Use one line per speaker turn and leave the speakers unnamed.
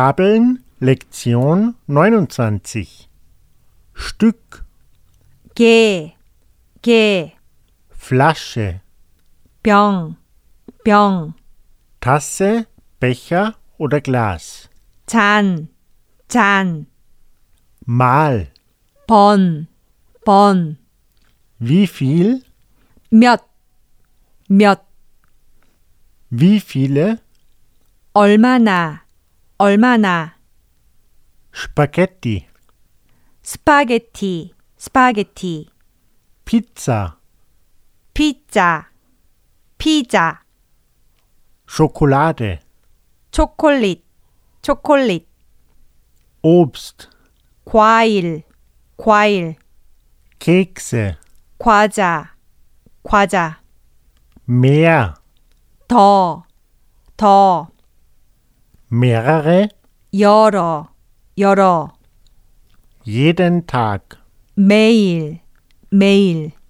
Vokabeln Lektion 29 Stück,
개, 개,
Flasche,
병, 병,
Tasse, Becher oder Glas,
잔, 잔,
Mal,
번, 번,
wie viel,
몇, 몇,
wie viele,
얼마나, 얼마나,
Spaghetti,
스파게티, 스파게티,
Pizza,
피자, 피자,
Schokolade,
초콜릿, 초콜릿,
Obst,
과일, 과일,
Kekse,
과자, 과자,
mehr,
더, 더,
mehrere,
여러, 여러,
jeden Tag.
매일, 매일.